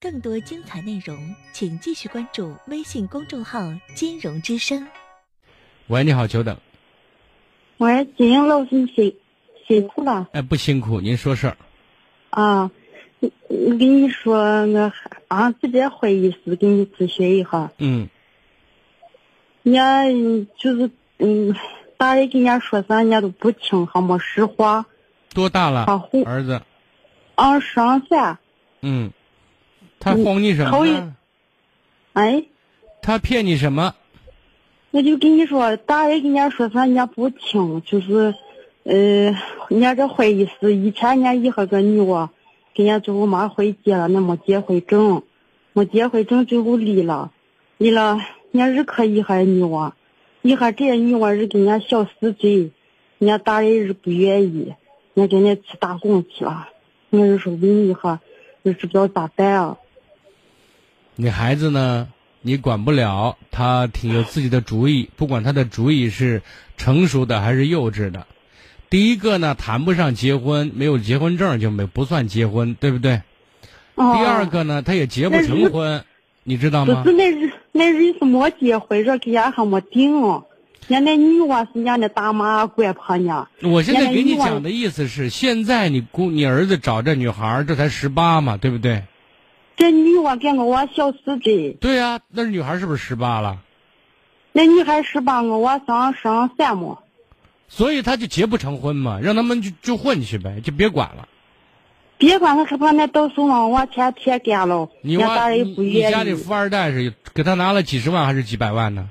更多精彩内容，请继续关注微信公众号“金融之声喂，你好，久等。喂，锦英老师辛辛苦了哎，不辛苦，您说事儿。啊！我我跟你说，我俺自己怀疑是给你咨询一下。嗯人家嗯就是嗯，大人跟人家说啥，人家都不听，还没实话。，多大了？啊忽儿子。俺上下，嗯，他哄你什么嗯呢？哎，他骗你什么？我就跟你说，大人跟人家说啥，人家不听，就是，呃，人家这怀疑是以前人家一和个女娃，跟人家最后妈回结了，那没结婚证，没结婚证最后离了，离了，人家日可一和女娃，一和这些女娃是跟人家小四岁，人家大人是不愿意，人家给人家去打工去了，人家就说问一下，就知不知道咋办啊？你孩子呢？你管不了，他挺有自己的主意。不管他的主意是成熟的还是幼稚的，第一个呢，谈不上结婚，没有结婚证就没不算结婚，对不对？哦第二个呢，他也结不成婚，你知道不吗是？那日那日是没结婚，这给人家还没定。人家那女娃是人家那大妈拐婆娘，我现在给你原来以往讲的意思是，现在你姑你儿子找这女孩儿，这才十八嘛，对不对？这女娃跟我娃小四岁，对呀、那女孩儿是不是十八了？那女孩十八，我娃上上三么？所以他就结不成婚嘛，让他们就就混去呗，就别管了。别管他，可怕那到时候往我钱贴干了，你人家娃大人你也不你家愿里意。富二代是给他拿了几十万还是几百万呢？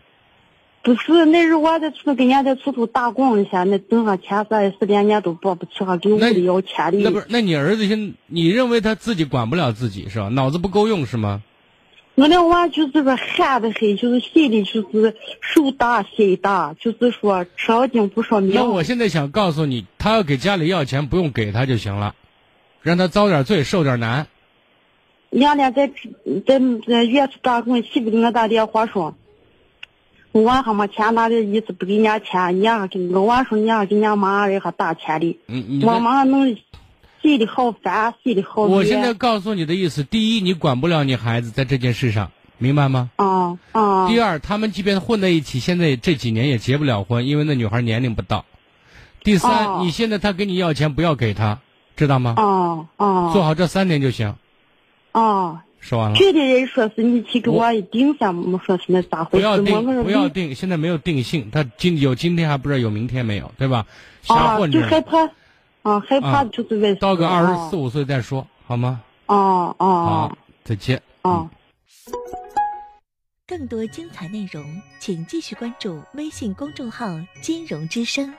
不是，那日我在出给人家在出头打工一下，那挣上钱啥的事人家都拨不起，还给屋那里要钱那不的。是，那你儿子现你认为他自己管不了自己是吧？脑子不够用是吗？我那娃就是个憨的很，就是心里就是手大心大，就是说吃了惊不说那明。我现在想告诉你，他要给家里要钱，不用给他就行了，让他遭点罪，受点难。两天在在在月子打工，媳妇给我打电话说，我娃还没钱拿的，一直不给人家钱，人家还给我娃说人家还给人家妈人还打钱的，嗯，你我这妈弄心里好烦，心里好我憋现在告诉你的意思，第一，你管不了你孩子在这件事上，明白吗？啊啊第二，他们即便混在一起，现在这几年也结不了婚，因为那女孩年龄不到。第三，哦你现在他跟你要钱，不要给他，知道吗？啊做啊好这三点就行。啊！说完了，这的人说是你去给我定下，没说是那咋不回事？要我定，我不要说定，现在没有定性，他今有今天还不知道有明天没有，对吧？瞎啊，混就哦害着，怕啊，害怕啊就是为到个二十四五岁再说，好吗？啊啊好，再见。啊！”。更多精彩内容，请继续关注微信公众号“金融之声”。